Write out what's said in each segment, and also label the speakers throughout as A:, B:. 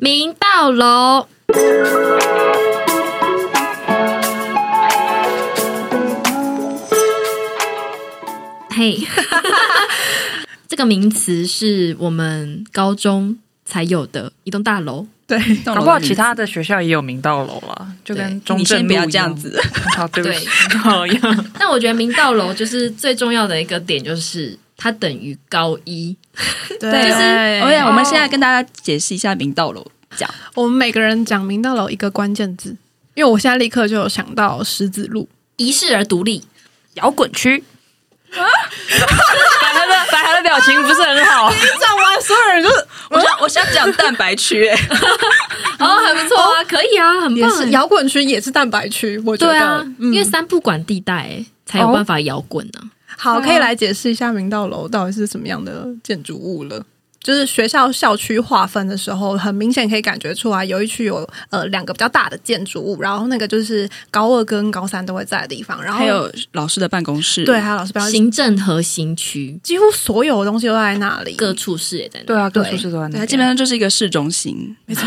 A: 明道楼。嘿， 这个名词是我们高中才有的一栋大楼。
B: 对，
C: 搞不好其他的学校也有明道楼啦，就跟中
B: 你
C: 正
B: 先
C: 路
B: 不要
C: 一
B: 这样
C: 样。
B: 子，
C: 好，对不
A: 对
C: 起，好呀，
A: 但我觉得明道楼就是最重要的一个点，就是它等于高一。
B: 对啊
A: 就是
B: 我
A: 哦
B: 我们现在跟大家解释一下明道楼讲，
D: 我们每个人讲明道楼一个关键字，因为我现在立刻就有想到十字路，
A: 遗世而独立，
C: 摇滚区。百合的百合的表情不是很好，
B: 讲完所有人啊就是 我想我想讲蛋白 区，哎，
A: 哦，还不错啊，可以啊，很
D: 也
A: 棒
D: 是
A: 欸。
D: 摇滚区，也是蛋白区，我觉得。
A: 对啊，因
D: 嗯
A: 为三不管地带欸才有
C: 哦
A: 办法摇滚呢。
D: 好，可以来解释一下明道楼到底是什么样的建筑物了。就是学校校区划分的时候，很明显可以感觉出来，有一区有呃两个比较大的建筑物，然后那个就是高二跟高三都会在的地方，然后
B: 还有老师的办公室，
D: 对，还有老师标，
A: 行政核心区，
D: 几乎所有的东西都在那里。
A: 各处室也在那。
C: 对啊，各
D: 对
C: 处是都在
B: 对，
C: 那
B: 它
C: 边，
B: 基本上就是一个市中心，
D: 没错，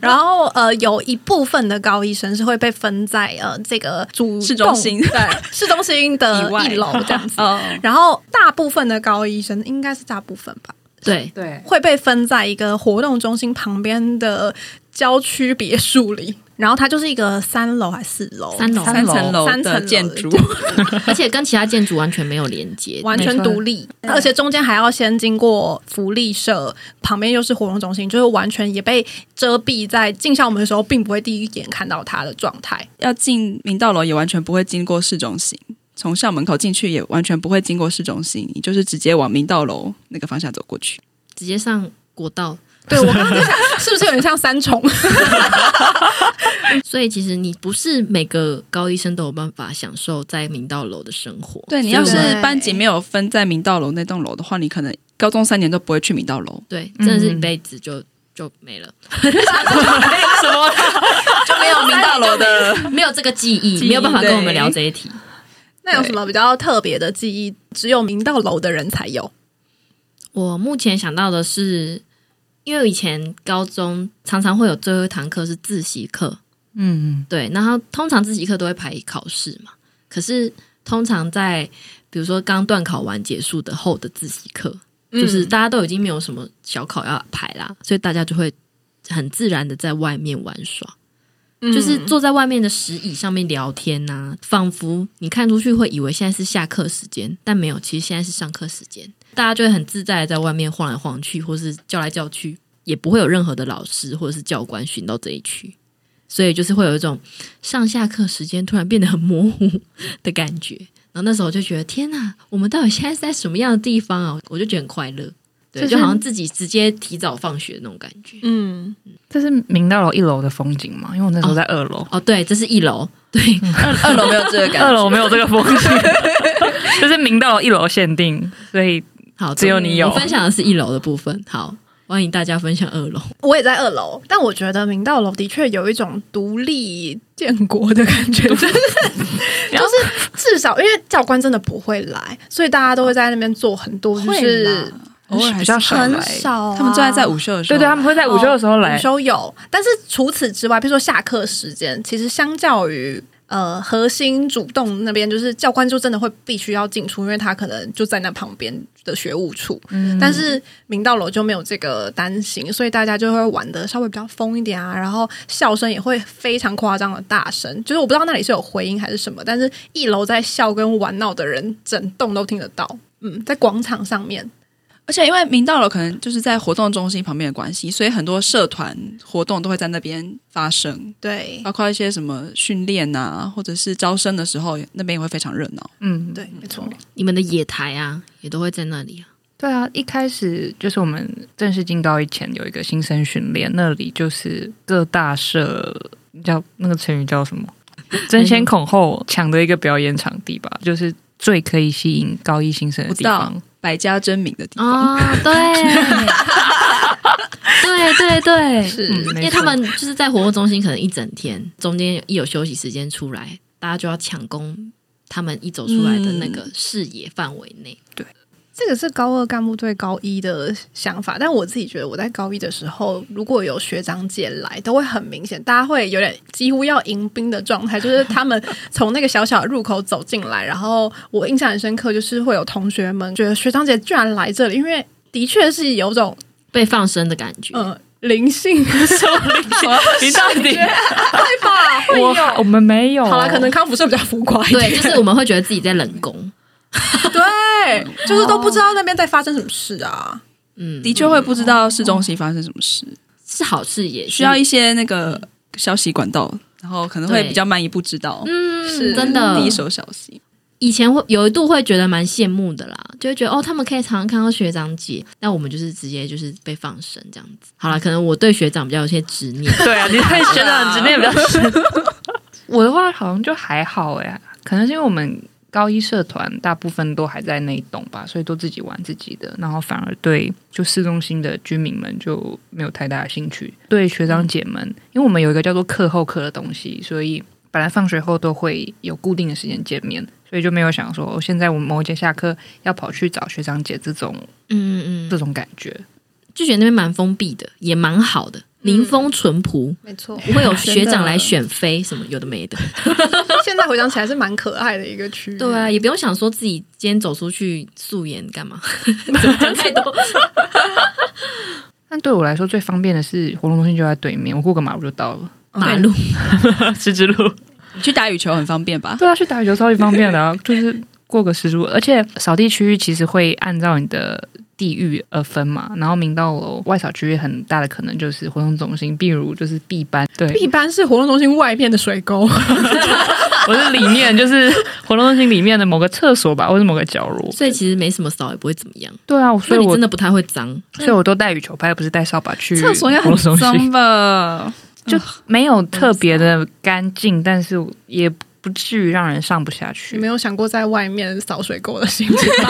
D: 然后呃，有一部分的高一生是会被分在呃这个主
B: 市中心
D: 动对市中心的
B: 以外，
D: 一楼这样子
B: 哦，
D: 然后大部分的高一生应该是大部分吧，
A: 对，
C: 对，
D: 会被分在一个活动中心旁边的郊区别墅里，然后它就是一个三楼还是四楼？
A: 三楼
B: 三层楼
D: 三层
B: 的
D: 楼
B: 建筑，
A: 而且跟其他建筑完全没有连接，
D: 完全独立，而且中间还要先经过福利社，旁边又是活动中心，就是完全也被遮蔽在进校门的时候，并不会第一眼看到它的状态。
B: 要进明道楼也完全不会经过市中心，从校门口进去也完全不会经过市中心，你就是直接往明道楼那个方向走过去。
A: 直接上国道。
D: 对我刚刚在想，是不是有点像三重？
A: 所以其实你不是每个高医生都有办法享受在明道楼的生活。
B: 对
A: 所
B: 你
A: 以
B: 要
A: 我
B: 是
A: 们
D: 对
B: 班级没有分在明道楼那栋楼的话，你可能高中三年都不会去明道楼。
A: 对，真的是一
C: 嗯
A: 辈子就就没了，
B: 什么？就 没有明道楼的？
A: 没有这个记忆，
B: 记忆
A: 没有办法跟我们
B: 对
A: 聊这一题。
D: 那有什么比较特别的记忆？只有明道楼的人才有。
A: 我目前想到的是，因为以前高中常常会有最后一堂课是自习课，
C: 嗯，
A: 对，然后通常自习课都会排考试嘛，可是通常在比如说刚段考完结束的后的自习课，就是
D: 嗯
A: 大家都已经没有什么小考要排啦，所以大家就会很自然的在外面玩耍。
D: 嗯
A: 就是坐在外面的石椅上面聊天呐、仿佛你看出去会以为现在是下课时间，但没有，其实现在是上课时间。大家就会很自在的在外面晃来晃去，或是叫来叫去，也不会有任何的老师或者是教官巡到这一区，所以就是会有一种上下课时间突然变得很模糊的感觉。然后那时候我就觉得天呐，我们到底现在是在什么样的地方啊？我就觉得很快乐，对，
C: 就是
A: 就好像自己直接提早放学那种感觉。
D: 嗯，
C: 这是明道楼一楼的风景嘛，因为我那时候在二楼，
A: 哦，对，这是一楼，对，
B: 二 二楼没有这个感
C: 二
B: 觉。
C: 楼没有这个风 景，就是明道楼一楼限定，所以
A: 好，
C: 只有你有
A: 我分享的是一楼的部分，好，欢迎大家分享二楼。
D: 我也在二楼，但我觉得明道楼的确有一种独立建国的感觉，就是就是至少因为教官真的不会来，所以大家都会在那边做很多，就
B: 会
D: 是
B: 啦偶尔还
C: 比
B: 是
C: 较少
D: 很
C: 来。
D: 少啊、
B: 他们最爱在午休的时候。
C: 对对，他们会在
D: 哦
C: 午休的时候来
D: 午，休有，但是除此之外，比如说下课时间，其实相较于。呃，核心主动那边就是教官，就真的会必须要进出，因为他可能就在那旁边的学务处。
C: 嗯
D: 但是明道楼就没有这个担心，所以大家就会玩的稍微比较疯一点啊，然后笑声也会非常夸张的大声，就是我不知道那里是有回音还是什么，但是一楼在笑跟玩闹的人，整栋都听得到。嗯，在广场上面，
B: 而且因为明道楼可能就是在活动中心旁边的关系，所以很多社团活动都会在那边发生，
C: 哦
D: 对
B: 包括一些什么训练啊，或者是招生的时候，那边也会非常热闹。
C: 嗯，
D: 对，没错，
A: 你们的野台啊，也都会在那里啊。
C: 对啊，一开始就是我们正式进高一前有一个新生训练，那里就是各大社叫那个成语叫什么？争先恐后抢的一个表演场地吧，就是最可以吸引高一新生的地
B: 我
C: 方。
B: 百家争鸣的地方，
A: 哦， 对，对对对，
D: 是。
C: 嗯，
A: 因
C: 没
A: 为
C: 错
A: 他们就是在活动中心，可能一整天，中间一有休息时间出来，大家就要抢攻他们一走出来的那个视野范围内。
B: 对，
D: 这个是高二干部对高一的想法，但我自己觉得我在高一的时候，如果有学长姐来，都会很明显，大家会有点几乎要迎宾的状态，就是他们从那个小小的入口走进来，然后我印象很深刻，就是会有同学们觉得学长姐居然来这里，因为的确是有种
A: 被放生的感觉。
D: 嗯。灵性什么灵性？
B: 你到底
D: 会 吧？会有。
C: 我我们没有，，
D: 好了，可能康复社比较浮夸一点。
A: 对，就是我们会觉得自己在冷宫。
D: 对，就是都不知道那边在发生什么事啊。
A: 嗯，
B: 的确会不知道市中心发生什么事，
A: 是好事也是
B: 需要一些那个消息管道，然后可能会
A: 对
B: 比较慢一步知道，
A: 嗯，
D: 是
A: 真的
B: 第一手消息。
A: 以前会有一度会觉得蛮羡慕的啦，就会觉得哦，他们可以常常看到学长姐，那我们就是直接就是被放生这样子。好了，可能我对学长比较有些执念
C: 对啊，你对学长执念 比较深。我的话好像就还好哎、可能是因为我们高一社团大部分都还在那一栋吧，所以都自己玩自己的，然后反而对就市中心的居民们就没有太大的兴趣。对学长姐们，因为我们有一个叫做课后课的东西，所以本来放学后都会有固定的时间见面。所以就没有想说，哦现在我们某一节下课要跑去找学长姐这种
A: 嗯嗯
C: 这
A: 嗯，
C: 种感觉，
A: 就觉得那边蛮封闭的，也蛮好的，民风淳朴，
D: 没错，
A: 不会有学长来选妃什么有的没的。
D: 现在回想起来是蛮可爱的一个区 域。
A: 对啊，也不用想说自己今天走出去素颜干 嘛，讲太多。
C: 但对我来说最方便的是活动中心就在对面，我过个马路就到了。
A: 马路
C: 十字路，
B: 你去打羽球很方便吧？
C: 对啊，去打羽球超级方便的、 啊，就是过个十字路，而且扫地区域其实会按照你的地域而分嘛，然后明道楼外扫区域很大的可能就是活动中心，比如就是 B 班，对，
D: 一般是活动中心外面的水沟，
C: 我是里面就是活动中心里面的某个厕所吧，或者某个角落，
A: 所以其实没什么扫，也不会怎么样。
C: 对啊，所
A: 所
C: 以
A: 以你
C: 我
A: 真的不太会脏，
C: 所以我都带羽球拍，不是带扫把去
B: 厕所要
C: 活
B: 很
C: 动中
B: 脏
C: 心，
B: 吧？
C: 没有特别的干净，但是也不至于让人上不下去
D: 你。没有想过在外面扫水沟的心 情吗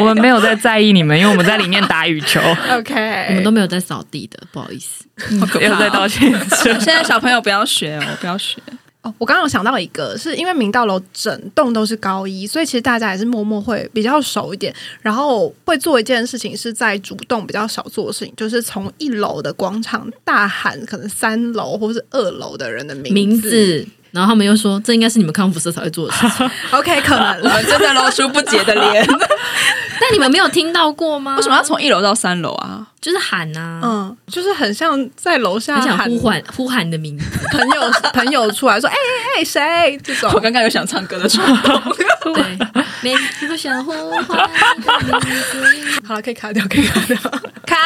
C: 我们没有在在意你们，因为我们在里面打羽 球，
D: ？OK，
A: 我们都没有在扫地的，不好意思。
B: 好可
C: 又
B: 怕
C: 在道
B: 哦！
C: 歉。
B: 现在小朋友不要学哦，不要学。
D: 哦，我刚刚有想到一个，是因为明道楼整栋都是高一，所以其实大家还是默默会比较熟一点，然后会做一件事情是在主动比较少做的事情，就是从一楼的广场大喊可能三楼或是二楼的人的名字
A: 名字，然后他们又说这应该是你们康复社才会做的事情，
D: OK，可能
B: 我
D: 了。
B: 们真的露出不解的 脸。
A: 但你们没有听到过吗？
B: 为什么要从一楼到三楼啊？
A: 就是喊呐、啊？
D: 嗯，就是很像在楼下
A: 很想
D: 喊
A: 呼唤呼喊你的名字，
D: 朋 友朋友出来说：“哎哎哎，谁？”这种
B: 我刚刚有想唱歌的冲 动。
A: 对，没不想呼唤你的名字。
D: 好了，可以卡掉，可以卡掉。
B: 咔，